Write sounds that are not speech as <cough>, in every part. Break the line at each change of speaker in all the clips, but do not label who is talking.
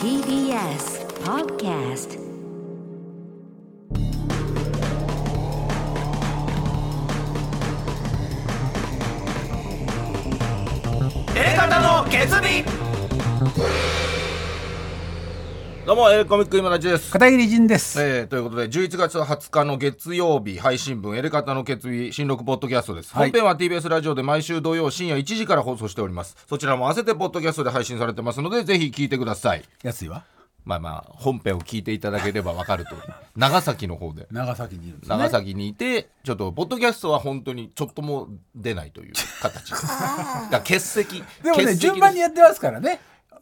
TBS Podcast
方の決意どうも、えーコミック今田中です。
片桐仁です。
えーということで、11月20日の月曜日配信分、エレカタの決意、新録ポッドキャストです。
はい
本編は TBS ラジオで毎週土曜深夜1時から放送しております。そちらも合わせてポッドキャストで配信されてますので、ぜひ聞いてください。
安いわ。
まあまあ、本編を聞いていただければわかると。 <laughs> 長崎の方で。
長崎にいるんです、ね。
長崎にいて、ちょっと、ポッドキャストは本当にちょっとも出ないという形。
<laughs>
だから欠席。
で
欠
も
席
ね、
す
順番にやってますからね。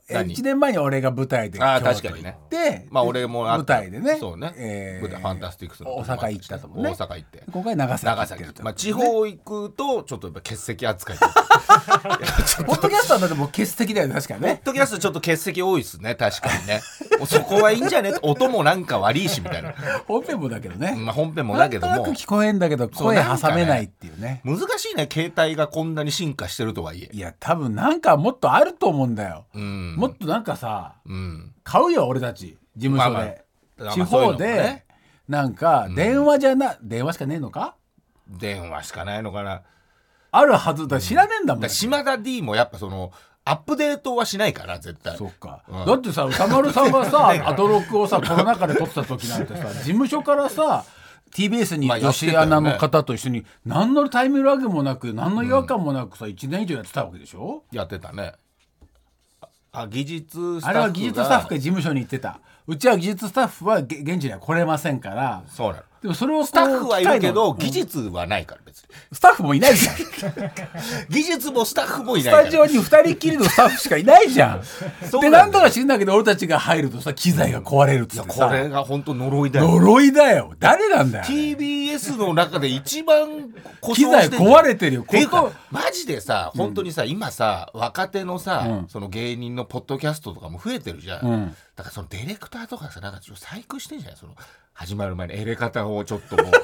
え
何
1年前に俺が舞台で
あー
京
確
都
かに
行
ね
って、
まあ俺もあ
舞
った
台でね
そうね、
えー
舞台ファンタスティックスの
大阪行ったともね
大阪行って
今回長崎行
長
って
崎
ると
まあ地方行くとちょっとやっぱ欠席扱いというか
ポッドキャストはだってもう欠席だよね確かに
ポッ
ね
ドキャストちょっと欠席多いですね確かにねもうそこはいいんじゃね音もなんか悪いしみたいな、
本編もだけどね、
まあ、本編も
な
だ
ん
け
と
ど
な
も
く聞こえんだけど
そう
声
なんかね
挟めないっていうね
難しいね携帯がこんなに進化してるとはいえ
いや多分なんかもっとあると思うんだよ、
うん
もっとなんかさ
うん
買うよ俺たち事務所で、
まあまあ
地方で、
まあそういうのもね
なんか電話じゃな、電話しかねえのか
電話しかないのかなだか
あるはずだ知らねえんだもん、
ら島田 D もやっぱそのアップデートはしないから絶対
そっか、
うん
だってさ歌丸さん
<laughs>
がさアトロックをさコロナ禍で撮った時なんてさ事務所からさ TBS に
まあや
女
ってたよ
子
ね
アナの方と一緒に何のタイムラグもなく何の違和感もなくさ1年以上やってたわけでしょ
やってたねあ技術スタッフが
あれは技術スタッフが事務所に行ってたうちは技術スタッフはげ現地には来れませんから
そうなの
でもそれをス
スタッフはいるけど、技
技術
術はないから別に。
スタッフもいな
<laughs>
いじゃんス
技術もスタッフもいないから。
タジオに2人きりのスタッフしかいないじゃん
<laughs> そうな
で
んだよ
なんだか知んないけど俺たちが入るとさ機材が壊れるっつって
こ
さ
れが本当呪いだよ。
<laughs> 呪いだよ誰なんだよあれ
TBS の中で一番故
機材
してんじゃん
壊れてるよ
ていうか
ここ
マジでさ、本当にさ、今さ、若手のさ、
うん
その芸人のポッドキャストとかも増えてるじゃん。
うん
だからそのディレクターとかさ、なんかちょっと細工してんじゃないその、始まる前にエレ方をちょっともう、
<laughs>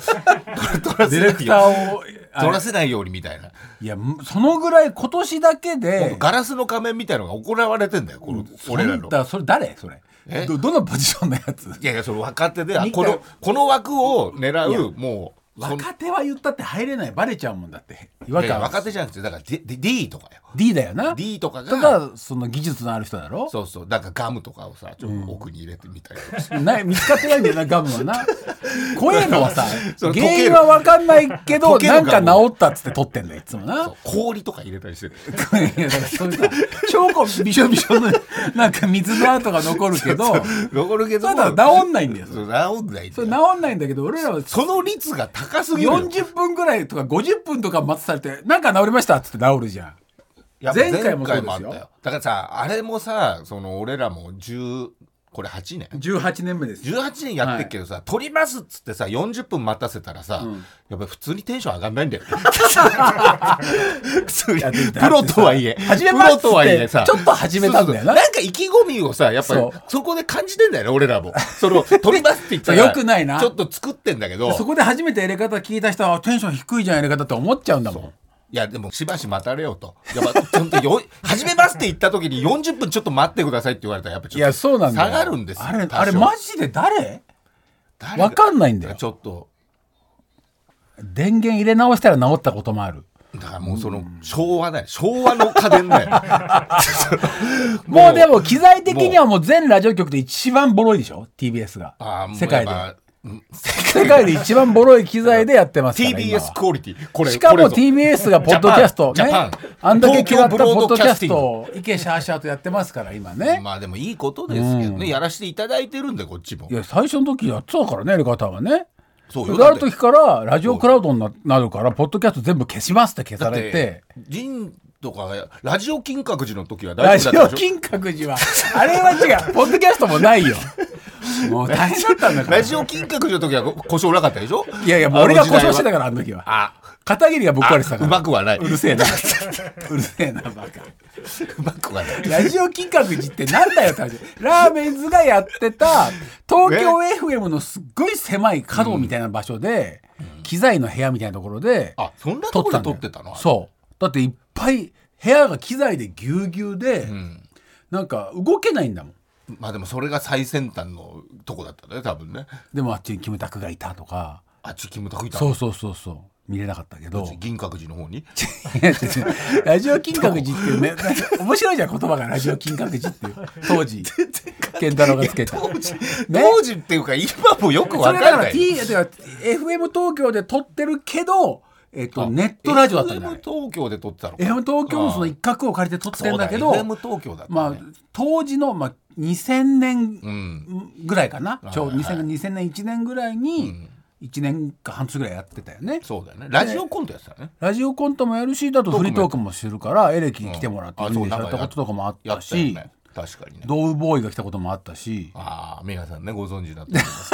取らせ
ディ
な
レ
い
クタ
よ
ーを
う取らせないようにみたいな。
いやむそのぐらい今年だけ
ほんと
で
ガラスの仮面みたいのが行われてんだよ、この、俺らの
そん。なそれ誰それ
え
どどのポジションのやつ
いやいや、その若手で、あ
見た
この、この枠を狙う、もう、そん
若手は言ったって入れないバレちゃうもんだって
い
違和
やいや
感
若手じゃなくて、だから D, D- D とかよ。
D だよな
D とかが、
とかその技術のある人だろ
そうそう、なんかガムとかをさ、ちょっと奥に入れてみたりとかして。
ない見つかってないんだよ
<laughs>
なガムはな怖えのはさ
それ
原因は分かんないけ
溶
ど
ける
な
ガム
んか治ったっつって取ってんだよいつもな
そう氷とか入れたり
<laughs>
してる。
いやだからそういうさ証拠びしょびしょのなんか水の跡が残るけ
<laughs>
ど
残るけど
た
も、
だ治んないんだよそ
そ
れ
う治んないんだよ
それ治んないんだけど俺らは
その率が高すぎるよ。
40分ぐらいとか50分とか待たされてなんか治りましたっつって治るじゃん
やっぱ
前回もそうですよ
前あっただからさ、あれもさ、その俺らも10、これ8年
18年目ですよ
18年やってっけどさ、撮りますっつってさ40分待たせたらさ、やっぱり普通にテンション上がんないんだよ
<laughs>
普通に
やだってさ
プロとはいえ
始め
プ
ますっ
ロ
つって
とはいえさ
ちょっと始めたんだよ
そう
な
そうそうなんか意気込みをさやっぱり
そ
そうこで感じてんだよね俺らもその撮りますって言ったら
そうよくないな
ちょっと作ってんだけど
そこで初めてやり方聞いた人はテンション低いじゃんやり方って思っちゃうんだもん
いやでもしばし待たれよとやっぱちょっとよ始めますって言った時に40分ちょっと待ってくださいって言われたらやっぱちょっと
いやそうなんだよ
下がるんですよ
あれ
多少
あれマジで誰
誰が
わかんないんだよ
ちょっと
電源入れ直したら治ったこともある
だからもうその昭和だよ昭和の家電だ
<laughs>
よ
もうでも機材的にはもう全ラジオ局で一番ボロいでしょ TBS が
あーもう
世界で
やっぱうん
世界で一番ボロい機材でやってますから今
TBS
は
クオリティこれ
しか
これ
も
ぞ
TBS がポッドキャスト
ジャ
ね
パンジャパン
あんだけ嫌ったポッドキャス
東京ブ
ト
ロ
を池シャーシャーとやってますから今ね
まあでもいいことですけどね、やらせていただいてるんでこっちも
いや最初の時やってたからねやり方はね
そう
ある
だっ
時
て
からラジオクラウドにななるからポッドキャスト全部消しますって消さ
だっ
れて
てジンとかがラジオ金閣寺の時は
ラ
大
ジ
丈夫だ
オ
ったでし
金閣寺はあれは
<laughs>
違うポッドキャストもないよもう大変だったんだ
ょ
から
ラジオ金閣寺の時は故障なかったでしょ
いやいやもう俺が故障してた
ら
からあの時は
あ
片桐がぶっ壊れてたか
う
ら
まくはないう
るせえなうるせえなバカ
うまくはない
ラジオ企画寺ってなんだよって話ラーメンズがやってた東京 FM のすっごい狭い角みたいな場所で、機材の部屋みたいなところで
あそんな
撮
と
って
こ
た
で撮って
んだよ
たの
そうだっていっぱい部屋が機材でぎゅうぎゅうで、
うん
なんか動けないんだもん
まあでもそれが最先端のとこだったね多分ね
でもあっちにキムタクがいたとか
あっちキムタクいた
そうそうそうそう見れなかったけど
銀閣寺の方に
いや違う違う <laughs> ラジオ金閣寺っていうねなんか面白いじゃん言葉がラジオ金閣寺っていう当時健太郎がつけた。
当時っていうか今もよく
そ
わ
れ
か
だ
ん
か
な
ら
い
T だから FM 東京で撮ってるけど、えっと、ネットラジオだったんだ、
FM 東京で撮ってたのか
FM 東京のその一角を借りて撮ってんだけど
そうだ FM 東京だったね
まあ、当時の、まあ、2000
う
年
ん
ぐらいかな、
はい
ちょうど
はい
2000, 2000年1年ぐらいに1年か半年ぐらいやってたよね。
そうだよねラジオコントやってたね
ラジオコントもやるしだとフリートークもしてるからエレキ来てもらって
うんあ
家
そう
でやったこととかもあっ
や
た
ったよ
し、
ね確かにね
ドウボーイが来たこともあったし
ああ皆さんねご存知だと思います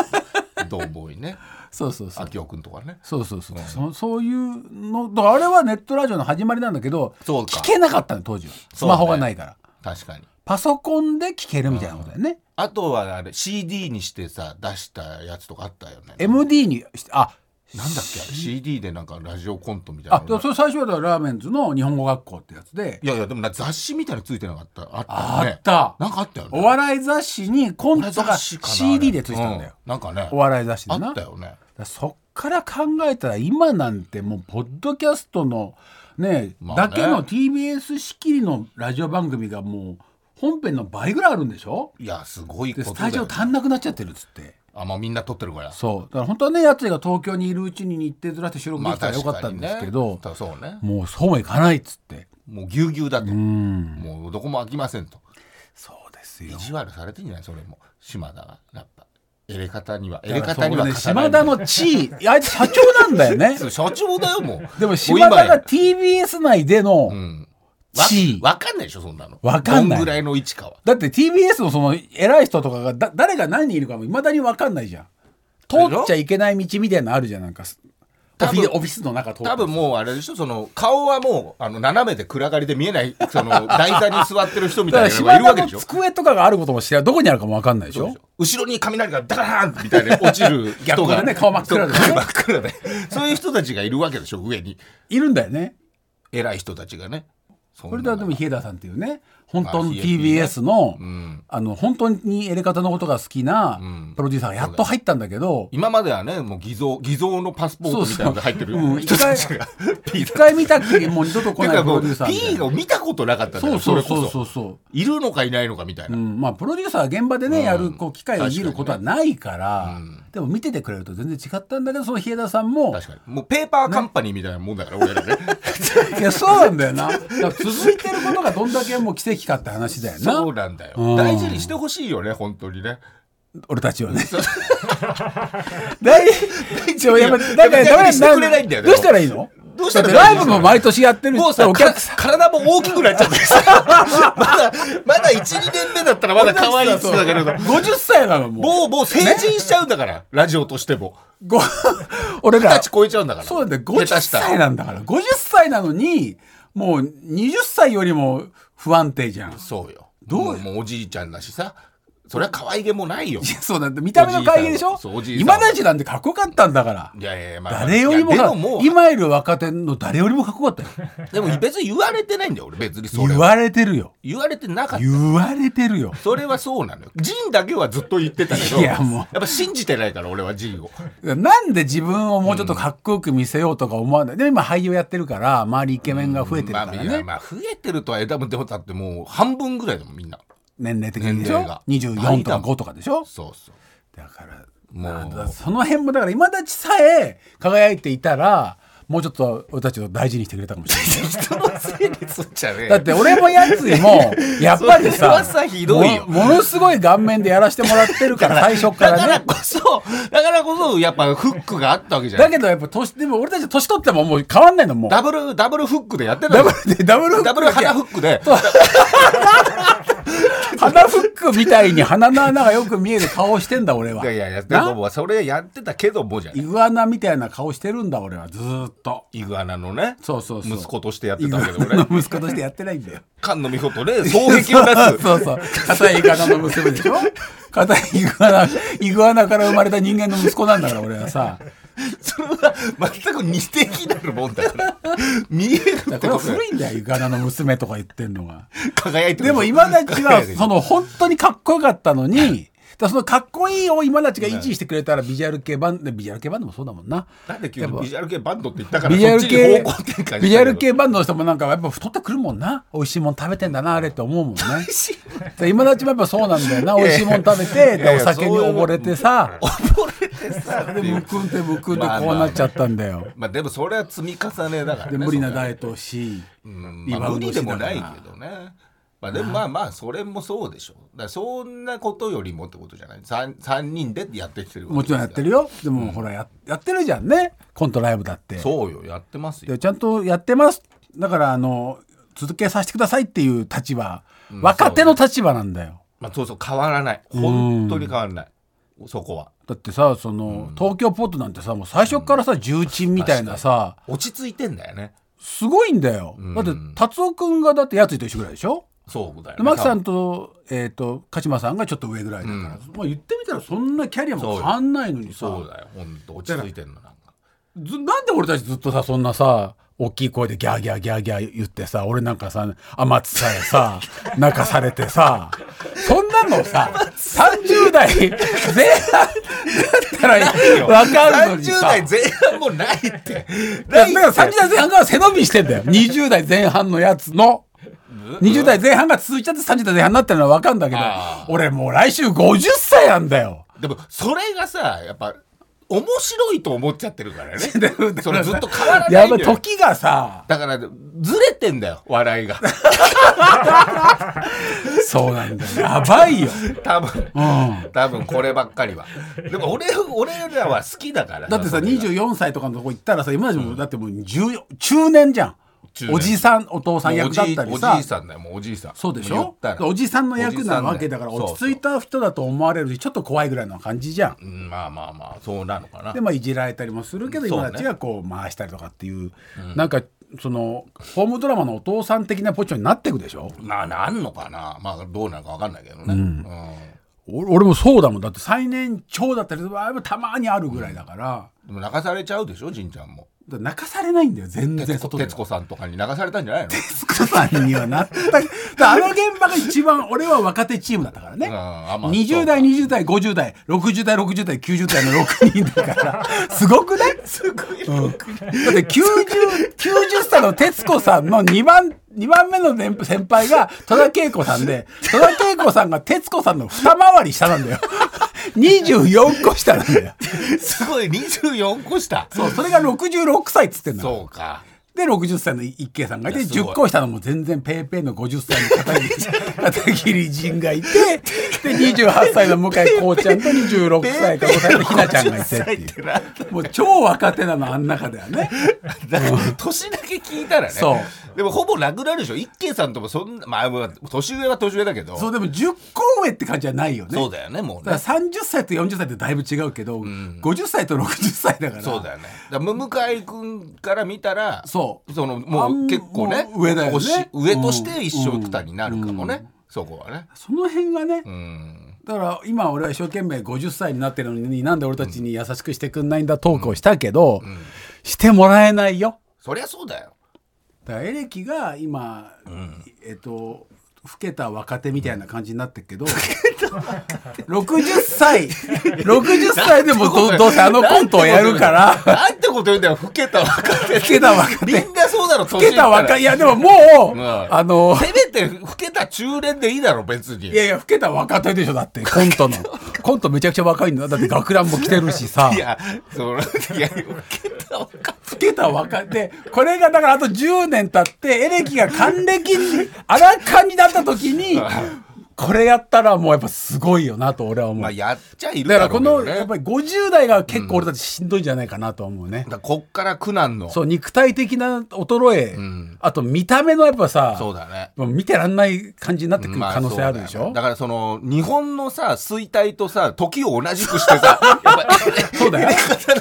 けど <laughs> ドンボーイね
そうそうそう
秋夫君とかね
そうそうそう、そそういうのだからあれはネットラジオの始まりなんだけど
そうか
聞けなかったの当時はス
そうね
マホがないから、
確かに
パソコンで聞けるみたいなことだよね、
あとはあれ CD にしてさ出したやつとかあったよね
MD にしてあ
なんだっけあれ CD でなんかラジオコントみたいな
あ
の
だからそれ最初はだからラーメンズの日本語学校ってやつで
いやいやでもな雑誌みたいについてなかったあった
あ
よ
っ
ね
た、
なんかあったよね
お笑い雑誌にコ
お
ン
笑い
トが
雑誌かな
CD でついてたんだよ、
うなんかね
お笑い雑誌で
あ
な
ったよね
だからそっから考えたら今なんてもうポッドキャストのね,、
まあね
だけの TBS 仕切りのラジオ番組がもう本編の倍ぐらいあるんでしょ
いやすごいこ
で
と
ス
だ
タジ
よ
オ
ね
足んなくなっちゃってるっつって
あまあみんな撮ってるから
そうだから本当はねやつが東京にいるうちに日程ずらして収録で
まあ
きたらよ
確
かった
か
ん
に
で
ね
すけど、
たそうね
もうそうもいかないっつって
もうぎゅうぎゅうだと
うん
もうどこも飽きませんと
そうです
意
よ
地悪されてんじゃないそれも島田がやっぱエレ方にはエ
だ
レ
から
方には
そ
勝た
うね
ない
島田の地位あいつ社長なんだ
<laughs>
よね
社長だよも <laughs> う
でも
う
島
今
田
や
が TBS 内での、
うんわ
地位
わかんないでしょそんなの
わかん
ど
ない
んぐらいの位置かは
だって TBS のその偉い人とかがだ誰が何人いるかもいまだに分かんないじゃん通っちゃいけない道みたいなのあるじゃんなんかすオ
多
フ
分
ィオフィスの中通って
多分もうあれでしょその顔はもうあの斜めで暗がりで見えないその台座に座ってる人み
だか
た
ら
いなのがいるわ
島
け
田
でし
の
ょ
机とかがあることも知らないどこにあるかも分かんないでしょ
後ろに雷がダラーンみたいな落ちる
<laughs>
人
逆
が
にね顔真っ暗でね
そう真っ暗でそういう人たちがいるわけでしょ上に
いるんだよね
偉い人たちがねそん
こ
な
れではでも日枝さんっていうね本当の
あ TBS
TBS の
うん
あの本当にエレ方のことが好きな
うん
プロデューサーがやっと入ったんだけど
今まではねもう偽造偽造のパスポートみたいなのが入って
そうそうう
る
ん
人 <laughs> たちが P
一回見たっきりもう二度と
て
来
い
な
う
い
か
プ
も
ロ
う
デューサーみたい
P
な
を見たことなかったんだ
そ
よ
うそう
れ
そうそ
こ
うそう
いるのかいないのかみたいうなん
まあ、プロデューサーは現場でね、
うん
やるこう機会を見ることはないから、
確かにね
でも見ててくれると全然違ったんだけどその日枝さんも
確かにもうペーパーカンパニーみたいなもんだから俺らね
いやそうなんだよなだから続いてることがどんだけもう奇跡かって話だ
<laughs>
よ
そ
<laughs> な
うなんだよ
うん
大事にしてほしいよね本当にね
俺たちはね。 <laughs> 大一応やっぱだから
逆にして
ダ
く
メ
れないんだよ
どうしたらいいの
どうしたら
だ
い
っ
いの
てライブも毎年やってる
もうさ、
お客さ
か体も大きくなっちゃってさ、 <laughs> まだ、まだ1、2年目だったらまだ可愛いっつってたけ
<laughs>
れど、
ん50歳なのもう
もう、もう成人しちゃうんだから、ラジオとしても。
ご <laughs> 俺ら
二十歳超えちゃうんだから。
そうなんだよ
下
50
手したら
歳なんだから50歳なのにもう20歳よりも不安定じゃん
そうよ。
どう
ももうおじいちゃんだしさ、そりゃ可愛げもないよ。
いやそうなんだ見た目の会議でしょ
おじいさんそうおじいさん
今だちなんてかっこよかったんだから
いやいやいや、まあ、
誰よりも
いや
か
でももう、
今いる若手の誰よりもかっこよかったよ
でも別に言われてないんだよ、俺別にそれ
言
は。
われてるよ
言われてなかった。
言われてるよ
それはそうなのよ。ジンだけはずっと言ってたけど、
いやもう
やっぱ信じてないから、俺はジンを。
なんで自分をもうちょっとかっこよく見せようとか思わないでも今俳優やってるから周りイケメンが増えてるから
まあいや
ね
まあ増えてるとは枝もでもだってもう半分ぐらいだもんみんな
年齢的にでし
年
ょ
齢が
24とか5とかでしょ
そうそう
だから
もう
あのその辺もだから今だちさえ輝いていたらもうちょっと俺たちを大事にしてくれたかもしれ
<laughs>
ない
人のせいにすっちゃねえ
だって俺もやつ
<laughs>
いもやっぱり
それ
さ
はさひどいよ
もものすごい顔面でやらせてもらってる
<laughs>
から最初か
だからら
ね
こそだからこそやっぱフックがあったわけじゃな
だ
い
けどやっぱ年でも俺たち年取ってももう変わんないのもう
ダブルダブルフックでやってた
ダ
の
ブルでダブルフッ
ダブ
ク
ル
だけ
鼻フックで
鼻フックみたいに鼻の穴がよく見える顔してんだ俺はい
やいややって
な
どもそれやってたけどもじゃない
イグアナみたいな顔してるんだ俺はずーっと
イグアナのね
そうそうそう
息子としてやって
イグ
た
ア
わ
ナ
けど俺
の息子としてやってないんだよ
菅野美穂とね双璧を
<laughs>
なす
そうそう硬いイグアナ
<laughs>
の <laughs> 娘でしょ硬いイグアナイグアナから生まれた人間の息子なんだから俺はさ
それは全く似てきなるもんだから見えるって
だ
こ
から
と
これ古いんだよゆかなの娘とか言ってんの
<laughs>
が
輝いてる
でも今だちが
輝いてる
その本当にかっこよかったのにだからそのかっこいいを今だちが維持してくれたらビジュアル系バンドビジュアル系バンドもそうだもんな
なんで急
やっ
に
ぱ
ビジュアル系バンドって言ったから
ビジュア
そっ
ル
ちに
系
方向転換したけど
ビジュアル系バンドの人もなんかやっぱ太ってくるもんな美味しいもん食べてんだなあれって思うもんね
しい
で今立ちもやっぱそうなんだよな美味しいもん食べて
いや
で
い
お
や
酒に溺れてさ
溺れてさって
で
い
む
う
くんでむくんでこうなっちゃったんだよ
まあでもそれは積み重ねだからね
で無理な
それは
ダイエットをし
うん
リ
ま
バ
あ、
ウ
無
ンド
理
し
で
てたか
も
ら
ないけどね。まあ、でもまあまあそれもそうでしょだからそんなことよりもってことじゃない 3, 三人でやってきてる
もちろんやってる
よ
よでもほらややってるじゃんねコントライブだって
そうよやってますよ
でちゃんとやってますだからあの続けさせてくださいっていう立場若手の立場なんだよ
まあそうそう変わらない本当に変わらないそこは
だってさその、東京ポートなんてさもう最初からさ重鎮みたいなさ
落ち着いてんだよね
すごいんだよ、
うん
だって達夫君がだってやついと一緒ぐらいでしょ
そうだよ
で
ね
マキさんと,、えー、と鹿島さんがちょっと上ぐらいだから、
うん
まあ、言ってみたらそんなキャリアも変わんないのにさ
そうだよ本当落ち着いてんのなんか
ずなんで俺たちずっとさそんなさ大きい声でギャーギャーギャーギャー言ってさ俺なんかさ天津さ
<laughs>
えさ泣かされてさそんなのさ30代前半だったら分かるのに
30
さ
代前半もないって
だからだから30代前半が背伸びしてんだよ20代前半のやつの。20代前半が続いちゃって30代前半になってるのは分かんだけど
あ
俺もう来週50歳なんだよ
でもそれがさやっぱ面白いと思っちゃってるからね
<laughs>
それずっと変わらないんだ
や
よ
ばい時がさ
だから、ずれてんだよ、笑い
<laughs>
が。
そうなんだよやばいよ、
多分
う。ん、
多分こればっかりは。でも俺、俺らは好きだから。
だってさ
それが
24歳とかのとこ行ったらさ今でもだってもう14中年じゃん
中年
おじさんお父さん
もうお
役
じ
だったり
お
さ
じいさんだよ、もうおじいさん。
そうでし
も言っ
ょ
たら
おじさんの役なわけだから
おじさんよ
落ち着いた人だと思われるしちょっと怖いぐらいの感じじゃん
そうそううんまあまあまあ、そうなのかな
で。まあいじられたりもするけど
そうね
今たちがこう回したりとかっていう、なんかそのホームドラマのお父さん的なポジションになっていくでしょ
まあ、なんのかな。まあ、どうなるかわかんないけどね。うん
俺俺もそうだもんだって最年長だったりあたまにあるぐらいだから,、
でも泣かされちゃうでしょ、じんちゃんも。
泣かされないんだよ全然
徹子
外で
徹子さんとかに流されたんじゃないの
徹子さんにはなっただからあの現場が一番俺は若手チームだったからね、
うんあまあ
20代20代50代60代60代90代の6人だからすごくないすごい、うんだって9090歳の徹子さんの2番二番目の年先輩が戸田恵子さんで戸田恵子さんが徹子さんの二回り下なんだよ24個下なんだよ
すごい、24個した。
そうそれが66歳っつってんだ
そうか。
で60歳の一慶さんがいて
いやすごい
10個下のもう全然ペーペーの50歳の片桐片桐仁がいて
<laughs>
で28歳の向井こうちゃんと26歳か5歳のひなちゃんがいてって
50歳って
い
なんだ
うもう超若手なのあん中ではね
だから年だけ聞いたらね
そう
でもほぼなくなるでしょ一軒さんともそんなまあまあ年上は年上だけど
そ
そう
でも10個上って感じはないよね
うだよねもう
だ
ね
から30歳と40歳ってだいぶ違うけど、50歳と60歳だから
そうだよねだから向井君から見たら
そう
その
あ
も
ん
う結構ね
もう上だよね
おし上として一生区になるかもね、そこはね
その辺がね、
うん
だから今俺は一生懸命50歳になってるのになんで俺たちに優しくしてくんないんだトークをしたけど、してもらえないよ
そりゃそうだよ
だからエレキが今、えっと老けた若手みたいな感じになってるけど60歳60歳でも
<laughs>
どどうせあのコントをやるから
なんてこと言うんだよ老けた若手
老けた若
み
手
んなそうだろ
老けた若い
い
いやでももう、
うん
あの
<laughs> せめて老けた中年でいいだろ別に
いやいや老けた若手でしょだってコントのコントめちゃくちゃ若いんだよだって学ランも着てるしさ
いやそのいや老けた若手
老けた若手これがだからあと10年経ってエレキが還
<laughs>
暦に荒かになった時にこれやったらもうやっぱすごいよなと俺は思う、
まあやっちゃいる
だ
だ
か
ろうけど
らこの
ね
やっぱ
り
り50代が結構俺たちしんどいんじゃないかなとは思うね、
こっから苦難の
そう肉体的な衰え、
ん
あと見た目のやっぱさ
そうだね
もう見てらんない感じになってくる
ま
可能性あるでし
そうだよ
ょ、
ねだからその日本のさ衰退とさ時を同じくして
<laughs>
さやっぱり
そうだよ世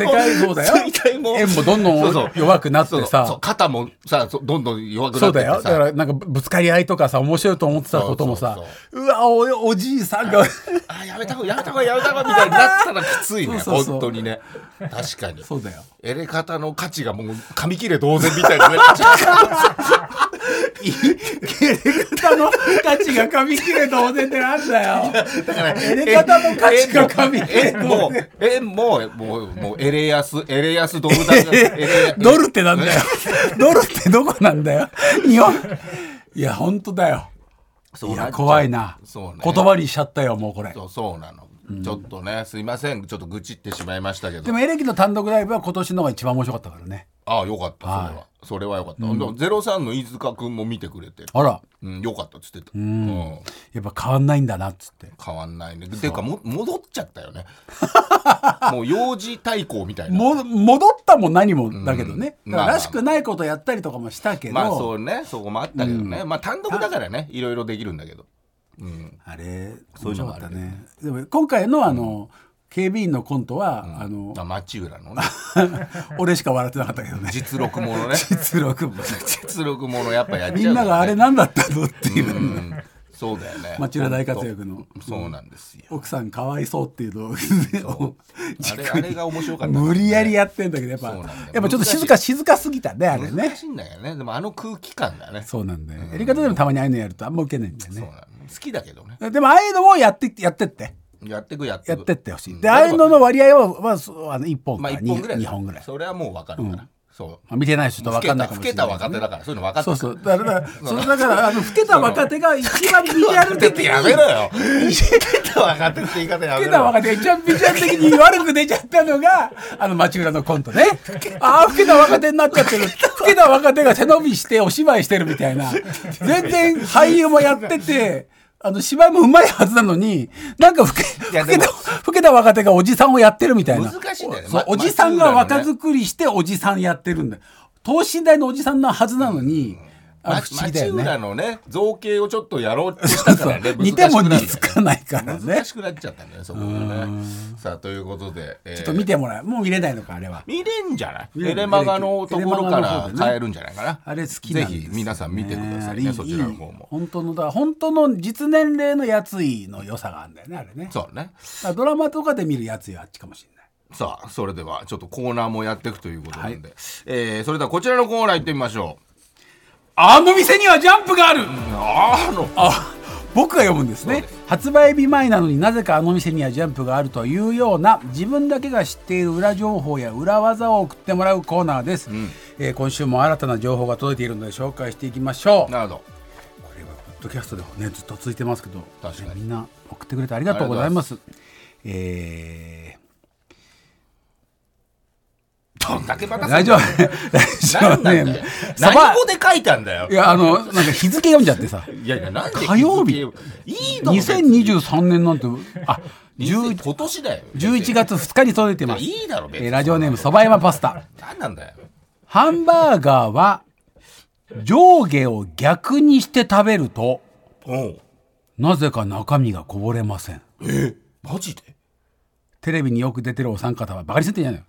界そうだよ
衰退も
円もどんどん
そうそう
弱くなって
そ
さ
うそう肩もさそうどんどん弱くな
そ
っ
う
てっ
だ
て
よ
さ
だからなんかぶつかり合いとかさ面白いと思ってたこともさ
そううそう
わわおおじいさんが
あやめたほうがやめたほうがやめたほうがみたいになったらきついね
そうそうそう
本当にね確かに
<laughs> そうだよ
エレ方の価値がもう紙切れ同然みたいなね
方の価値が紙切れ同然ってなんだよ
だから
エレ方の価値が紙切れ
円
同
も
然
円ももうもうエレ安エレ安ドル高エレ
ドルってなんだよドルってどこなんだよ日本いや本当だよ
そう
い
なっちゃ
や
う
怖いな
そうね
言葉にしちゃったよもうこれ
そうそうなの、ちょっとねすいませんちょっと愚痴ってしまいましたけ
で
ど
もエレキの単独ライブは今年のが一番面白かったからね
ああよかったそれは、
は
それはよかった、でもゼロ三の飯塚君も見てくれて、
あら
うん、よかったっつってた、うん
やっぱ変わんないんだなっつって
変わんないねていうかも戻っちゃったよねもう幼児対抗みたいな
も戻ったも何もだけどね、
うん
だ
ま
か
あま
ら
あ
らしくないことやったりとかもしたけど、
まあそうねそこもあったけどね、まあ単独だからねいろいろできるんだけど、うん、
あれ
そういうのも
面白か
あ
っ
るよ
たねでも今回のあの、警備員のコントは、あの
あ町浦の
<laughs>
ね
俺しか笑ってなかったけどね
実録も
<laughs>
のね
実録も
実録ものやっぱやっちゃう、ね、
みんながあれなんだったのっていう
う、んそうだよね
町浦大活躍の
そうなんですよ
奥さんかわいそうっていうのを
あれあれが面白かった、
無理やりやってんだけどやっぱ、
そうなんだよ
やっぱちょっと静か静かすぎたねあれ
難
ね
しいんだよねでもあの空気感がね
そうなんだよやり方でもたまにああいうのやるとあんまウケないんだよ
そう
ね
なの好きだけどね
でもああいうのもやってやってって
やってくやって
や
く
ってってほしい、
うん
でああいうのの割合は、まあ、そうあの1本
ま
か
あ
2、
一本ぐらいだ
二本ぐらい、
それはもう分かるから、そう
まあ見てない人と
老
分
け
か
た
んないかもしれない、
老けた若手だからそういうの分かって
そう
る
そうだからだからそうだからあの老けた若手が一番ビジュアル
<laughs> だっ
的
て
に
やめろよ老けた若手って言い方や
老
め
け
ろ
た
よ
若手が一番ビジュアル的に悪く出ちゃったのがあの町浦のコントねああ老けた若手になっちゃってる老けた若手が背伸びしてお芝居してるみたいな全然俳優もやっててあの芝居もうまいはずなのになんか老け
いや
老
で
けた
も
老けた若手がおじさんをやってるみたいな
難しいんだよね
そう
ま
おじさんが若
松浦のね
作りしておじさんやってるんだよ等身大のおじさんのはずなのに、あの不思議だよね
町浦のね造形をちょっとやろうとしたからね
似ても
難
似
し
つ
くなるんだよね
かないからね
難。しくなっちゃったねそこがねさあということでえー
ちょっと見てもらう。もう見れないのか、あれは。
見れんじゃない
見れ
エ
る
レマガのところから
エレマガの方でね
変えるんじゃないかな
あれ好きなんですよ
ぜひ皆さん見てください
あ
ね
れ
そちらの方も
本当の、だから本当の実年齢のやついの良さがあるんだよね、あれね。だか
そうね
らドラマとかで見るやついはあっちかもしれない。
さあそれではちょっとコーナーもやっていくということなんで、えーそれではこちらのコーナー行ってみましょう
あの店にはジャンプがある
あーの
あ僕が読むんですね
そうで
発売日前なのになぜかあの店にはジャンプがあるというような自分だけが知っている裏情報や裏技を送ってもらうコーナーです、えー今週も新たな情報が届いているので紹介していきましょう
なるほど
これはポッドキャストでねずっと続いてますけど
確かに
ねみんな送ってくれてありがとうございますえ
どんだけバ
ー、
カ
ラジオラ <laughs>
何
ジ
な
オネ
ん
ー
だ
ム
よ
サバ
何語で書いたんだよ
いやあのなんか日付読んじゃっ
<laughs>
てさ
いやいやなんで
火曜日
いいの
2023年なんてあ
20
11
今年だよ
11月2日に届いてます
いいだろ別に
えーラジオネームそば山パスタ
何なんだよ
ハンバーガーは上下を逆にして食べると
おう
なぜか中身がこぼれません
マジで
テレビによく出てるお三方はバカにしてんじゃないの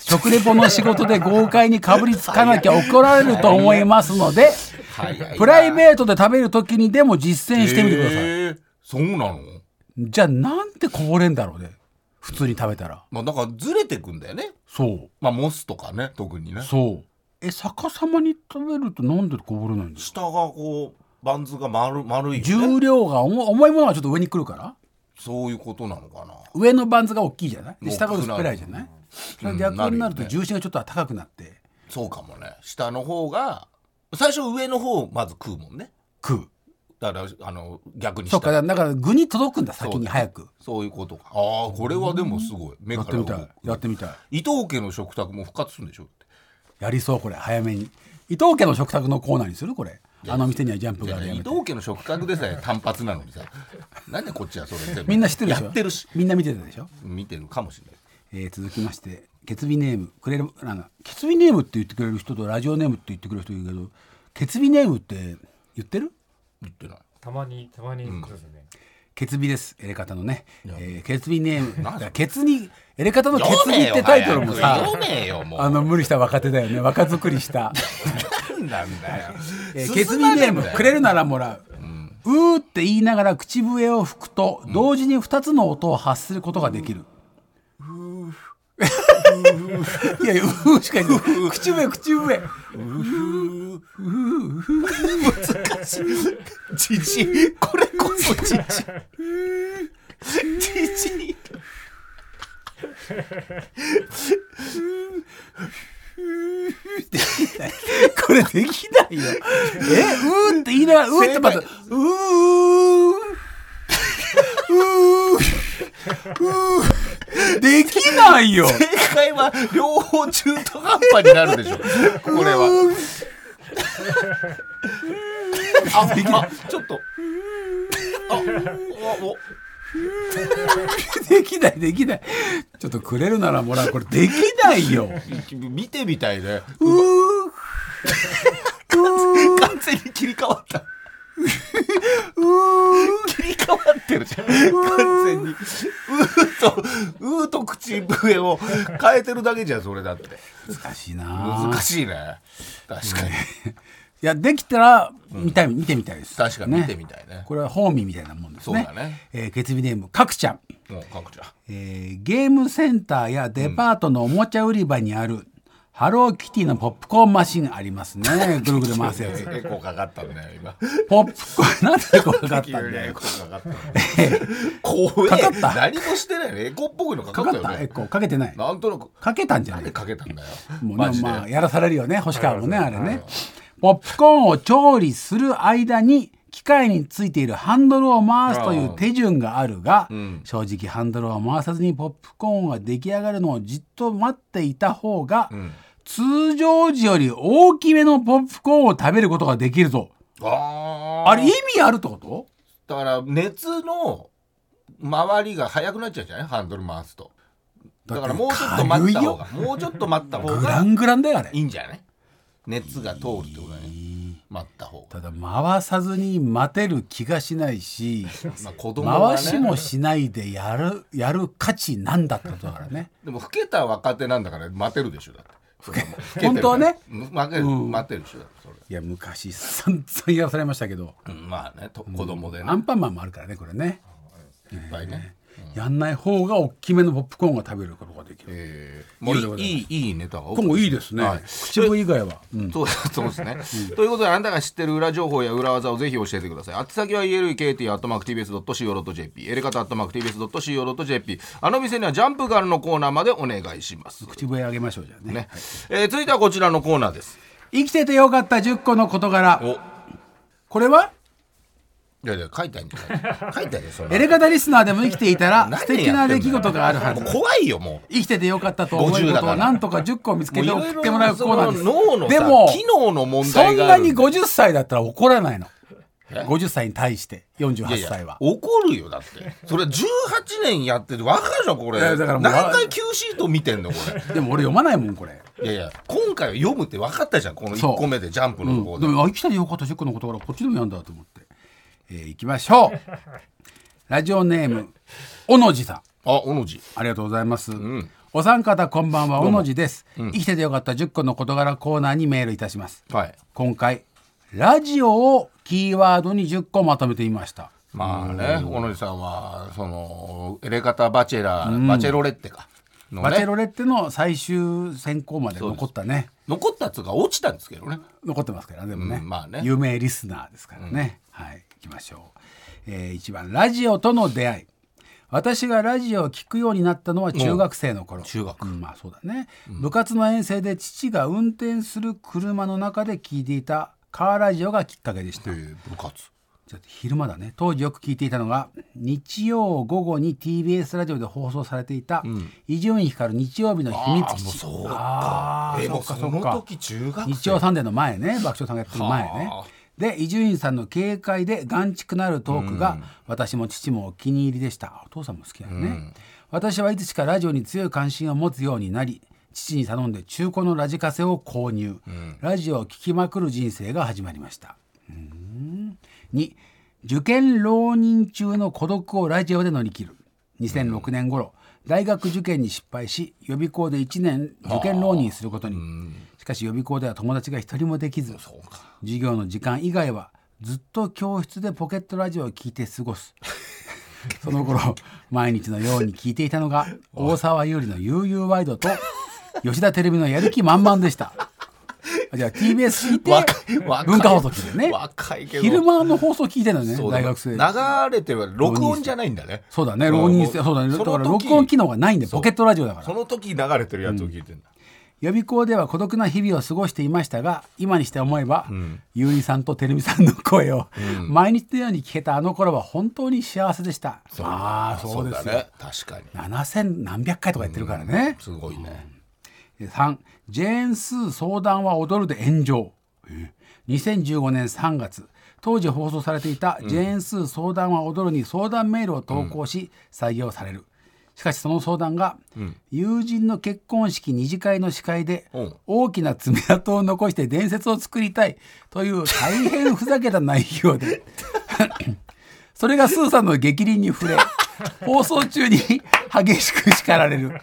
食レポの仕事で豪快にかぶりつかなきゃ怒られると思いますので
早いな
プライベートで食べる時にでも実践してみてください、
えーそうなの
じゃあなんてこぼれんだろうね普通に食べたら
まあなんかずれてくんだよね
そう
まあモスとかね特にね
そうえ逆さまに食べるとなんでこぼれないんですか
下がこうバンズが丸丸いよね
重量が重重いものがちょっと上に来るから
そういうことなのかな
上のバンズが大きいじゃないで
大きく
下
な
が
る
薄っぺらいじゃないそれ
うん
逆になる
なる
と
よね
重心がちょっと高くなって
そうかもね下の方が最初上の方をまず食うもんね
食う
だからあの逆に
そ
下
っかだからだから具に届くんだ
う
先に早く
そういうことかああこれはでもすごい目か
やっ
ら
てみたい
動く
やってみたい
伊藤家の食卓も復活するんでしょって
やりそうこれ早めに伊藤家の食卓のコーナーにするこれあの店にはジャンプ
い
があ
や
るや
伊
めて
藤家の食卓でさえ単発なのにさなんでこっちはそれ全部
みんな知ってるでしょ
やってるし
みんな見てたでしょ、
見てるかもしれない
えー続きましてケツビネームくれるなんかケツビネームって言ってくれる人とラジオネームって言ってくれる人いるけどケツビネームって言ってる
言ってない
たまにたまに来るんですよね、
ケツビですエレカタのね、えー、ケツビネームだからケツにエレカタのケツ
読
ビ
め
っ
よ
てタイトルもさ
早く読めよもう
あの無理した若手だよね若作りした、
なんだよ
えー、ケツビネームくれ
る
るならもらう、うーって言いながら口笛を吹くと同時に2つの音を発することができる。いやいや、うーしか言ってない。口笛、口笛。う
難しい。じじい。これこそじじい。じじい。
ーこれできないよ。え、うーって言いながら、うーってまた、う
正
ー、うー、うー、できないよ。
正解は両方中途半端になるでしょ。これは。あ、あ、ちょっと。あ、お、お、
できない、できない。ちょっとくれるならもらう。これできないよ。
見てみたいね。
う
<laughs>
ー、
完全に切り替わった。切り替わってるじゃん。完全に。うーと、うーと口笛を変えてるだけじゃん、それだって。
難しいな
難しいね。確かに。
いやできたら見たい、見てみたいです
確かに見てみたいね
これはホーミーみたいなもんですね
そうだね
えー、月日ネームかくちゃん、
<laughs> もう、かくちゃん。
えーゲームセンターやデパートのおもちゃ売り場にある、ハローキティのポップコーンマシンありますね。ぐるぐる回すやつ。
エコーかかったんだよ、今。
ポップ <laughs> コーン、なんでこれかかったんだ
エ <laughs>
よ。
コーかかった。怖
<laughs>
え。
かかった
何もしてないね。エコーっぽいのか
か
か
か
った
っ
よ
た
ね。
エコーかけてない。
なんとなく。
かけたんじゃ
なん
な
で
い
かけたんだよ。
もう
マ
ね、
ジで。
まあ、やらされるよね。星川もね、あれね。ポップコーンを調理する間に、機械についているハンドルを回すという手順があるが、正直ハンドルを回さずにポップコーンが出来上がるのをじっと待っていた方が、通常時より大きめのポップコーンを食べることができるぞ。
あー
あれ意味あるってこと
だから熱の回りが速くなっちゃうじゃないハンドル回すとだからもうちょっと待った方がもうちょっと待った方
グラ
が
ングランだよ、あれ
い。いんじゃない熱が通るってことだね待った方が、
ただ回さずに待てる気がしないし、
まあ、 <laughs> 子供は、ね、
回しもしないでやるやる価値なんだってことだからね
でも老けた若手なんだから待てるでしょだって老けてる
本当はね
うん待てる待てるでしょだってそれ、
いや昔散々言わされましたけど、
うんまあねと子供でね
アンパンマンもあるからねこれね、
いっぱいね、
やんない方が大きめのポップコーンが食べることができる、
えーもういいいいいいネタが多かった
今後いいですね、
はい
口笛以外は、うん
そうそうですね。ということで、あなたが知ってる裏情報や裏技をぜひ教えてください。あつ先は elkt.mactvs.co.jp、エレカタ .mactvs.co.jp、あの店にはジャンプガールのコーナーまでお願いします。
口笛あげましょうじゃあね
ねえー続いてはこちらのコーナーです。
生きててよかった10個の事柄
おい
これは
やいや、書いたんじゃない書いたよ、それ。
エレガタリスナーでも生きていたら
<laughs> 何
素敵な出来事がある
や
は
ってんだよ
ず
もう怖いよ、もう。
生きててよかったと思えるこ
50だ
と
か
を
ら
なんとか10個見つけて
もう
送
いろいろ
ってもらうコーナーです
その脳のさ
でも
機能の問
そ
題
ん
があ
な
る
に50歳だったら怒らないの
え
50歳に対して48
いやい
歳
や
は
怒るよだってそれ18年やってて分かるじゃんこれ
いやだからもう
何回 Q シート見てんのこれ
でも俺読まないもんこれ
いやいや今回は読むって分かったじゃんこの
そう
1個目でジャンプ
う
のところ
ん
で、
でもあ生きたらよかった10個のことからこっちでもやんだと思ってえー行きましょ
<laughs>
うラジオネームおのじさん
あおのじ
ありがとうございます、お三方こんばんはおのじです、生きててよかった10個の事柄コーナーにメールいたします
はい
今回ラジオをキーワードに10個まとめてみました
まあねおのじさんはそのエレガタバチェラー、バチェロレッテかのね
バチェロレッテの最終選考まで残ったね
残ったやつが落ちたんですけどね
残ってますからでもね,、
うんまあね
有名リスナーですからね、はい行きましょう、え1番ラジオとの出会い私がラジオを聞くようになったのは中学生の頃
中学
うんまあそうだね、部活の遠征で父が運転する車の中で聞いていたカーラジオがきっかけでした、
えー部活
ちょっと昼間だね当時よく聞いていたのが日曜午後に TBS ラジオで放送されていた伊集院光る日曜日の秘密基地
あーもうそうか
あー
えーもう
そ
そ
っかそっ
の
か
時中学
日
生
曜サンデーの前ね爆笑さんがやってる前ね
はあ
で伊集院さんの警戒で眼畜のあるトークが、私も父もお気に入りでしたお父さんも好きだよね、私はいつしかラジオに強い関心を持つようになり父に頼んで中古のラジカセを購入、ラジオを聴きまくる人生が始まりました2受験浪人中の孤独をラジオで乗り切る2006年頃、大学受験に失敗し予備校で1年受験浪人することにしかし予備校では友達が一人もできず授業の時間以外はずっと教室でポケットラジオを聞いて過ごす <laughs> その頃毎日のように聞いていたのが大沢優里の「悠々ワイド」と吉田テレビの「やる気満々」でしたあじゃあ TBS 聞い
若い
て
若い
文化放送聞いてね
若いけど
昼間の放送聞いてるのね
そうだ
大学生
流れては録音じゃないんだね
そうだね浪人して
ん
そうだねだ
その
から
時
録音機能がないんでポケットラジオだから
その時流れてるやつを聞いてんだ、
予備校では孤独な日々を過ごしていましたが今にして思えば、ゆうりさんとてるみさんの声を、毎日のように聞けたあの頃は本当に幸せでしたああそうです
だ
よ、
ね確かに
7,000何百回とかやってるからね、
すごいね、
3ジェーン・スー相談は踊るで炎上2015年3月当時放送されていたジェーン・スー相談は踊るに相談メールを投稿し採用される、しかしその相談が、友人の結婚式二次会の司会で
うん
大きな爪痕を残して伝説を作りたいという大変ふざけた内容で <laughs> それがスーさんの逆鱗に触れ放送中に激しく叱られる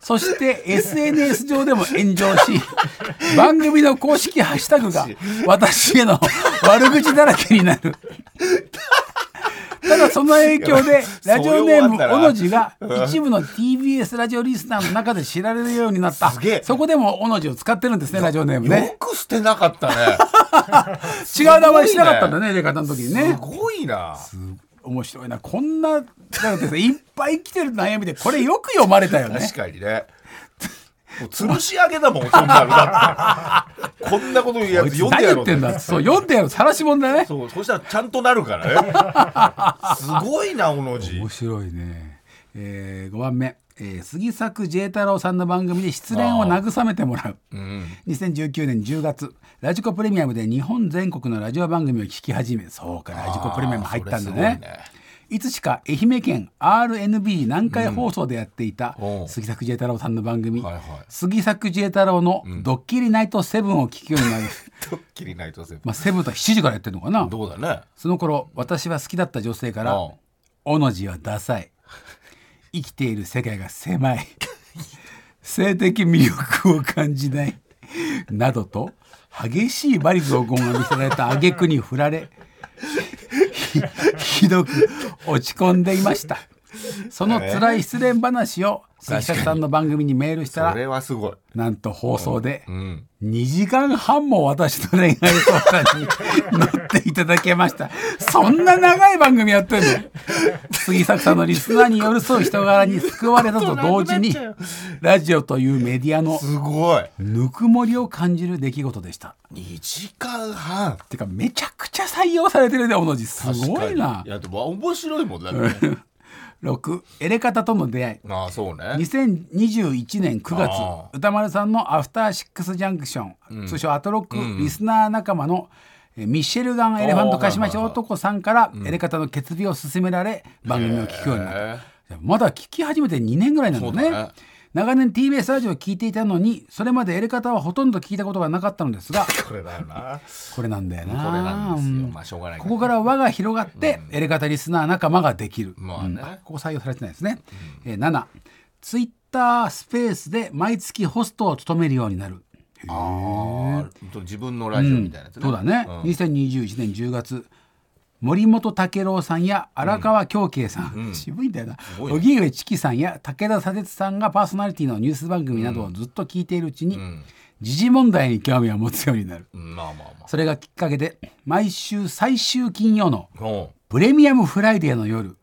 そして SNS 上でも炎上し番組の公式ハッシュタ
<laughs>
グが私への <laughs> 悪口だらけになるただその影響でラジオネーム小野寺が一部の TBS ラジオリスナーの中で知られるようになった
すげえ
そこでも小野寺を使ってるんですねラジオネームね
よく捨てなかったね
違う名前しなかったんだね出方の時に
す
<laughs> ね
ごいな
面白いなこんなだってさいっぱい来てる悩みでこれよく読まれたよね
確かにねもう吊るし上げだもんそんなのだってこんなこと言う
こ
や
い
つ
つ
読ん
何
でや
言
ろうと
ってんだそう読んでやろう晒しもんだね
そうそしたらちゃんとなるからねすごいなおのじ
面白いね、えー、5番目、えー杉作 J 太郎さんの番組で失恋を慰めてもらう、2019年10月ラジコプレミアムで日本全国のラジオ番組を聞き始めそうかラジコプレミアム入ったんだ
あーそ
ね
れすごいね
いつしか愛媛県 RNB 南海放送でやっていた
おう
杉作 J 太郎さんの番組、
はいはい
杉作 J 太郎の「ドッキリナイトセブンを聞くよう
<laughs>
になる、
ドッキリナイトセブン
まあセブンとは7時からやってるのかな
どうだね
その頃私は好きだった女性から
うん
「おのじはダサい」「生きている世界が狭い」「性的魅力を感じない」などと激しい罵詈雑言が見せられた挙句に振られひひどく落ち込んでいましたその辛い失恋話を関崎さんの番組にメールした
そ
ら
れはすごい
なんと放送で
ん
2時間半も私の恋愛相談に乗っていただけましたそんな長い番組やってんの杉作さんのリスナーに寄り添う人柄に救われたと同時にラジオというメディアの
すごい
ぬくもりを感じる出来事でした
2時間半
てかめちゃくちゃ採用されてるね小野寺すごい
確か
な
にいやでも面白いもんだってね
6エレカタとの出会い
ああそうね
2021年9月
あ
歌丸さんの「アフターシックスジャンクション」通称「アトロック」リスナー仲間のえーミシェルガン・エレファント貸しまし男さんからエレカタの決備を勧められ番組を聞くようにな
へ
っ
え
たまだ聞き始めて2年ぐらいなんだ
そ
ね
うだね
長年 TBS ラジオを聞いていたのにそれまでエレカタはほとんど聞いたことがなかったのですが
これだよな
これなんだよな
これなんです
う
よ
ん
まあしょうがないけ
こ
ど
こから輪が広がって、エレガタリスナー仲間ができる。
まあね
うんここ採用されてないですね。えー、7、ツイッタースペースで毎月ホストを務めるようになる。
ああ自分のラジオみたいなやつね
そうだね、
ん
2021年10月森本武郎さんや荒川京慶さん、渋いんだよな
ごいね
荻上知己さんや武田砂鉄さんがパーソナリティのニュース番組などをずっと聞いているうちに、時事問題に興味を持つようになる
うんまあまあま
それがきっかけで毎週最終金曜の「
あうん
プレミアムフライデー
<laughs>
の夜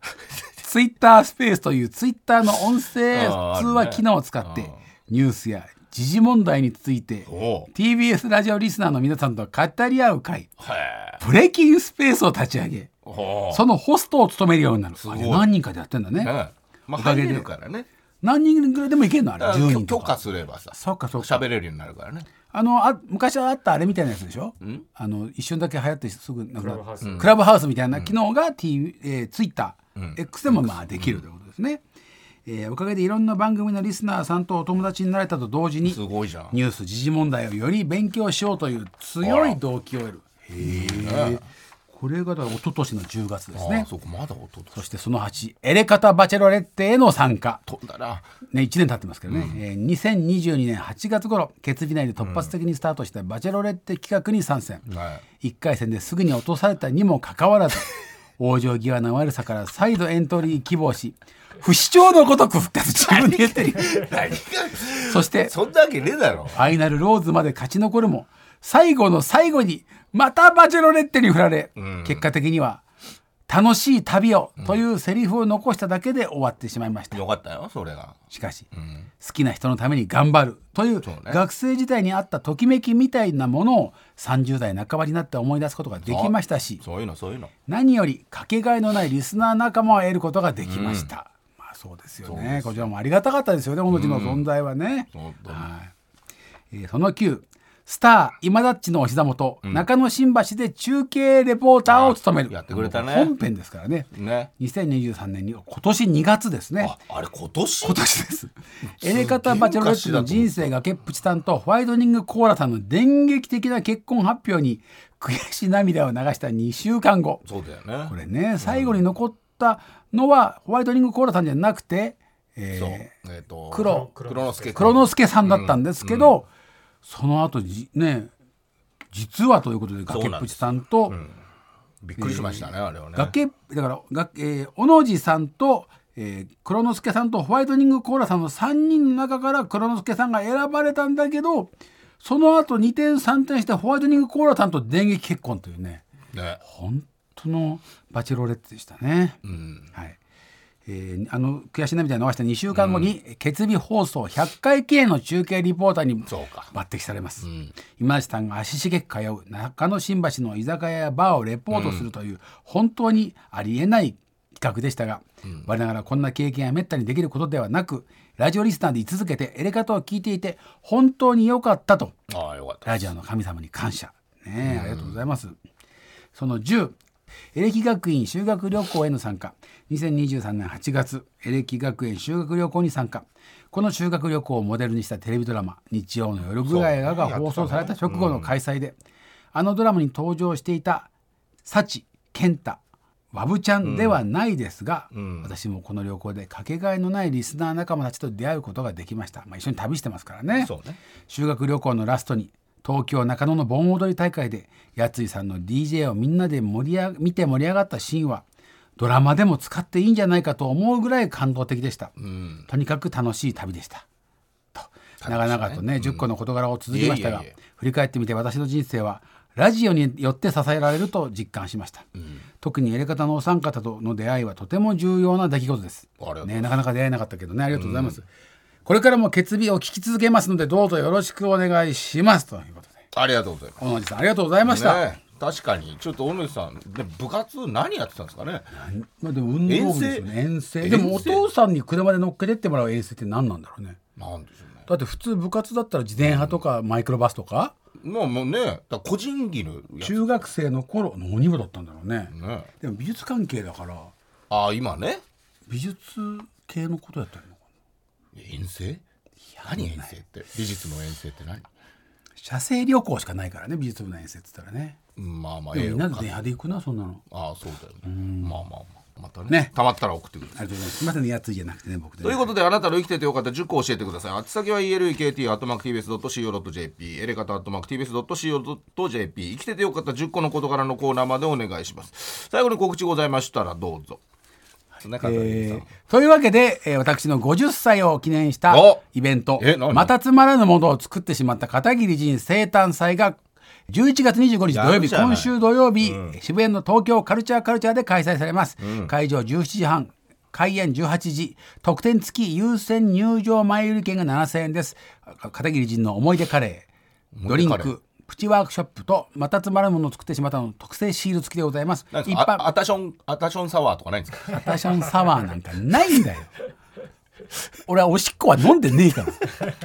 ツイッタースペースというツイッターの音声
あー
通
ある
話
ね
機能を使って、ニュースや時事問題について
おう
TBS ラジオリスナーの皆さんと語り合う会
へえ
プレキンスペースを立ち上げ
おう
そのホストを務めるようになる
ごい
あれ何人かでやってんだね、
ねまあ
おかげ
入
で
れるからね
何人ぐらいでもいけるのあれ
だから
10人と
許可
か
すればさ
そうかそうか
喋れるようになるからね
あのあ昔はあったあれみたいなやつでしょあの一瞬だけ流行ってすぐなくな
クラブハウス
うんクラブハウスみたいな機能が、T えー、Twitter、X でもまあできるということですね、えーおかげでいろんな番組のリスナーさんとお友達になれたと同時に
すごいじゃん
ニュース時事問題をより勉強しようという強い動機を得るへえここれがだから一昨年の10月です
ああ
ね
そうかまだ音と
そしてその8エレカタ・バチェロレッテへの参加
飛んだな
ね、1年経ってますけどね、えー2022年8月頃決備内で突発的にスタートしたバチェロレッテ企画に参戦、
はい
1回戦ですぐに落とされたにもかかわらず <laughs> 往生際の悪さから再度エントリー希望し不死鳥のごとく復活チームにエントリー
何が
そしてフ
そんなわけねえだろ
ァイナルローズまで勝ち残るも最後の最後にまたバチェロレッテに振られ、結果的には「楽しい旅を」というセリフを残しただけで終わってしまいました。
よかったよそれが
しかし、好きな人のために頑張るという
そうね
学生時代にあったときめきみたいなものを30代半ばになって思い出すことができましたし
そういうのそういうの
何よりかけがえのないリスナー仲間を得ることができました、まあそうですよねこちらもありがたかったですよね小野寺の存在はね、
本当に
えーその9スター今立ちのお膝元、中野新橋で中継レポーターを務める
あやってくれたね
本編ですからね
ね
2023年に今年2月ですね
ああれ今年
今年です。エレカタ・バチェロレッテの人生がケプチさんとホワイトニング・コーラさんの電撃的な結婚発表に悔し涙を流した2週間後
そうだよね
これね最後に残ったのはホワイトニング・コーラさんじゃなくて、えー
そうえっと
黒
黒之助
黒之助さんだったんですけど、その後じね実はということで
そう
崖っ
なん
ぷ
で
ち
す
さんと
びっくりしましたねあれはね
崖だからが、えー、小野寺さんと、えー、黒之助さんとホワイトニングコーラさんの3人の中から黒之助さんが選ばれたんだけどその後2点3点してホワイトニングコーラさんと電撃結婚というね
ね
本当のバチェロレッテでしたね。
うん
はいえーあの悔し涙を流した2週間後に、決備放送100回記念の中継リポーターに
そうか
抜擢されます、今橋さんが足しげく通う中野新橋の居酒屋やバーをレポートするという本当にありえない企画でしたが、我ながらこんな経験はめったにできることではなくラジオリスナーで居続けてエレカタを聞いていて本当に良かったと
ああよかった
ラジオの神様に感謝。ねえ、ありがとうございます。その10、エレキ学院修学旅行への参加。2023年8月、エレキ学園修学旅行に参加。この修学旅行をモデルにしたテレビドラマ、日曜の夜ぐらいが
そうね
放送された直後の開催で、あのドラマに登場していた、幸健太、ワブちゃんではないですが、私もこの旅行でかけがえのないリスナー仲間たちと出会うことができました。まあ、一緒に旅してますからね。
そうね
修学旅行のラストに東京中野の盆踊り大会でやついさんの DJ をみんなで盛り上見て盛り上がったシーンはドラマでも使っていいんじゃないかと思うぐらい感動的でした、とにかく楽しい旅でしたと長々とね、10個の事柄を続きましたが
いえいえいえ
振り返ってみて私の人生はラジオによって支えられると実感しました、特にやり方のお三方との出会いはとても重要な出来事です
ありがとうございます
ね、なかなか出会えなかったけどねありがとうございます、これからも決備を聞き続けますのでどうぞよろしくお願いしますということで
ありがとうございます
小野寺さんありがとうございました、
ね確かにちょっと小野さんで部活何やってたんですかね
まあでも運動部ですよね遠征
遠征
でもお父さんに車で乗っけてってもらう遠征って何なんだろうね
なんでしょうね
だって普通部活だったら自転車とかマイクロバスとか、
まあもうねだから個人技のやつ
中学生の頃何部だったんだろうね、
ね
でも美術関係だから
ああ今ね
美術系のことやってるのかな
遠征何遠征って美術の遠征って何
写生旅行しかないからね美術部の遠征っつったらね
うんまあまあ
でもみんなで
絵を描く
電車で行くなそんなの
ああそうだよねまあまあまあまたね
ね
たまったら送ってくる
ありがとうございますすいませんねやついじゃなくてね僕でね
ということで、あなたの生きててよかった10個教えてください。宛先は elekt.mactvs.co.jp、エレカタ .mactvs.co.jp、生きててよかった10個の事柄のコーナーまでお願いします。最後に告知ございましたらどうぞ。そんな方でいいです
えー
か
というわけで、えー私の50歳を記念した
お
イベント
え何
またつまらぬものを作ってしまった片桐仁生誕祭が11月25日土
や
曜
る
日
じゃない
今週土曜日、渋谷の東京カルチャーカルチャーで開催されます、会場17時半開演18時特典付き優先入場前売り券が7000円です片桐仁の思い出カレード
い
リ
出
ン
カレー
クプチワークショップとまたつまらぬものを作ってしまったの特製シール付きでございます
なんですかあアタション、アタションサワーとかないんですか
アタションサワーなんかないんだよ。俺はおしっこは飲んでねえか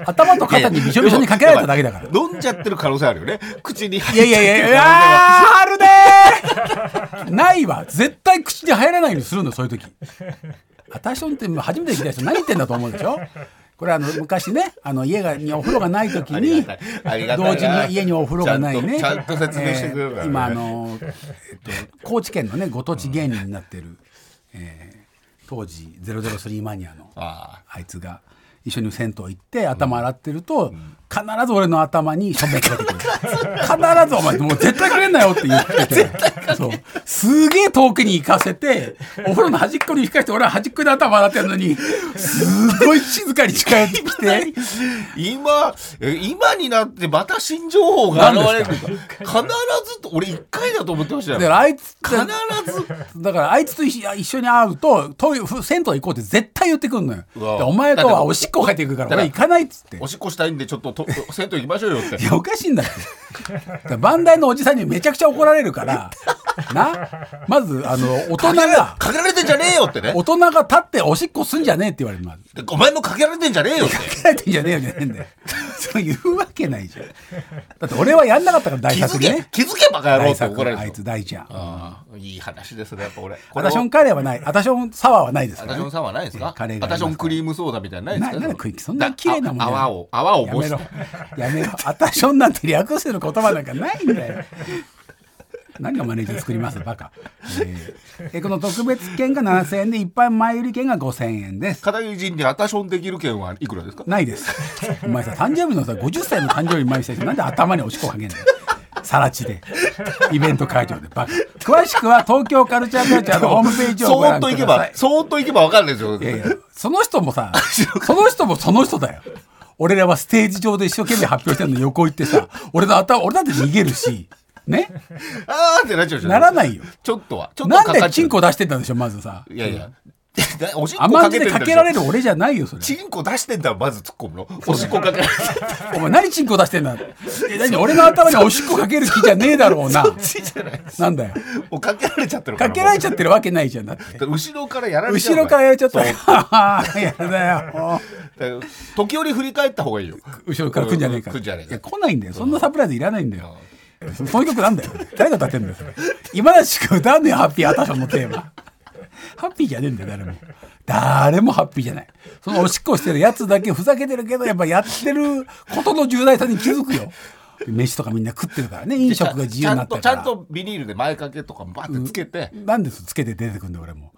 ら。頭と肩にびしょびしょにかけられただけだから。
飲んじゃってる可能性あるよね。口に
い
入
や
っ
い
ちゃ
や
って
いや、い
る
や
可
ーあるねーないわ。絶対口に入らないようにするんだよ、そういう時。アタションって初めて聞いた人何言ってんだと思うでしょこれあの昔ねあの家がにお風呂がない時
あり
に
がたいありがた
同
い
時
な
に家にお風呂がないね
ちゃんとちゃんと説明してくれるからね
えー今あの、えっと、高知県のねご当地芸人になってる、えー当時003マニアの
あ
あいつが一緒に銭湯行って頭洗ってると、必ず俺の頭にしょんべんかけてくる必ずお前もう絶対かけんなよって言っててそうすげえ遠くに行かせてお風呂の端っこに引かして俺は端っこで頭洗ってるのにすごい静かに近寄ってき
<laughs>
て
今え今になってまた新情報が現れる必ずと俺一回だと思ってました
だ
よ
からあいつって
必ず
だからあいつと一緒一緒に会うとトイレふ銭湯行こうって絶対言ってくんのよ
うわ
でお前とはおしっこ入ってくるから
だから
俺行かないっつって
おしっこしたいんでちょっとと銭湯行きましょうよって
いやおかしいんだって <laughs> だからバンダイのおじさんにめちゃくちゃ怒られるからなまずあの大人が
かけられてんじゃねえよってね
大人が立っておしっこすんじゃねえって言われるまず
お前もかけられてんじゃねえよって
「書いてんじゃねえよ」じゃねえんだよそういうわけないじゃんだって俺はやんなかったから大
気づ
作
け
ね
気づけバカ野郎
大
って
作
怒られ
あ
る
い
んですよ
つ大ちゃん
ああいい話ですねやっぱ俺
ア
これ
タ
を
ションカレーはないアタションサワーはないです
ア
か
タ
らね
ションさんはないですか
カレー
ア
がありま
タ
す
ションクリームソーダみたいなのないですか
ななんでクイックそんな綺麗なもんじゃない
あ泡を泡を
や
模
め
し
ろ
て
やめろアタションなんて略する言葉なんかないんだよ何がマネージャー作りますバカ、えーえこの特別券が7000円で一般前売り券が5000円です
片桐仁にアタションできる券はいくらですか
ないですお前さ誕生日のさ50歳の誕生日前にした人なんで頭におしっこかけんのさらちでイベント会場でバカ詳しくは東京カルチャーカルチャーのホームページをご
そー
覧
っ
く
と行け
ださ
ば
い
そーっと行けばわかるんですよ
いやいや <laughs> その人も
<laughs>
さその人もその人だよ俺らはステージ上で一生懸命発表してるの横行ってさ俺の頭俺だって逃げるしね
あーってなっちゃうじゃん
ならないよ
ちょっとはちょっと
なん
かか
で
っちゃ
チ
う
ンコ出してたんでしょまずさ
いやいや <laughs> おしっこ
甘
か
んじ
けて
で
んだ
か
よ
けられる俺じゃないよそれ
チンコ出してんだらまず突っ込むのおしっこかけられて
お前何チンコ出してんだえ何俺の頭におしっこかける気じゃねえだろうななんだよ
もうかけられちゃってるから
かけられ
ち
ちゃってるわけないじゃんだって
ゃって後ろからやられちゃう
後ろからやっちゃった
そう
<laughs> やだよ
だから時折振り返った方がいいよ
後ろから来んじゃねえか
来んじゃねえ
い
か
や来ないんだよそんなサプライズいらないんだよそういう曲なんだよ誰が歌ってんだよそれ今だしか歌うのよハッピーアタションのテーマハッピーじゃねえんだよ誰も誰もハッピーじゃないそのおしっこしてるやつだけふざけてるけどやっぱやってることの重大さに気づくよ飯とかみんな食ってるからね飲食が自由になった
ちゃ
か
んと
ら
ちゃんとビニールで前掛けとかバッてつけて、
なんですつけて出てくんだよ俺も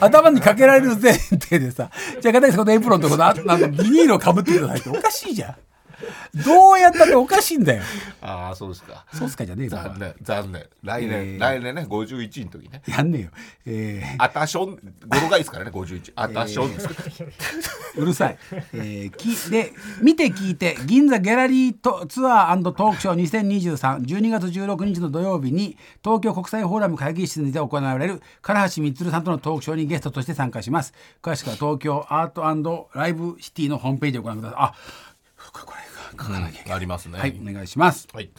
頭頭にかけられる前提でさじゃあ片桐さんこのエプロンとこのあなんかビニールをかぶってくださいっておかしいじゃんどうやったっておかしいんだよ
ああそうですか
そうっすかじゃねえぞ
残念残念来年、
えー
来年ね51の時ね
やんねえよ、え
アタション語呂がいいですからね51アタションですから、
ーうるさい、えーきで見て聞いて銀座ギャラリーとツアートークショー2023112月16日の土曜日に東京国際フォーラム会議室にて行われる唐橋充さんとのトークショーにゲストとして参加します詳しくは東京アートライブシティのホームページをご覧くださいあこれこれ書かなきゃいけない、
ありますね
はいお願いします
はい、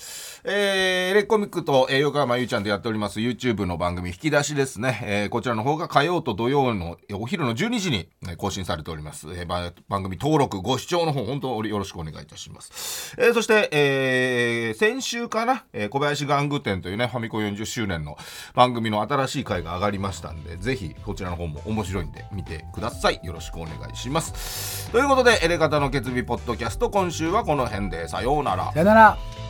えー、レコミックと、えー、横山ゆうちゃんでやっております YouTube の番組引き出しですね、えーこちらの方が火曜と土曜のえーお昼の12時に、ね更新されております、えーば番組登録ご視聴の方本当によろしくお願いいたします、えーそして、えー先週かな、えー小林玩具店というねファミコン40周年の番組の新しい回が上がりましたんでぜひこちらの方も面白いんで見てくださいよろしくお願いしますということでエレガタの決意ポッドキャスト今週はこの辺でさようなら
さよなら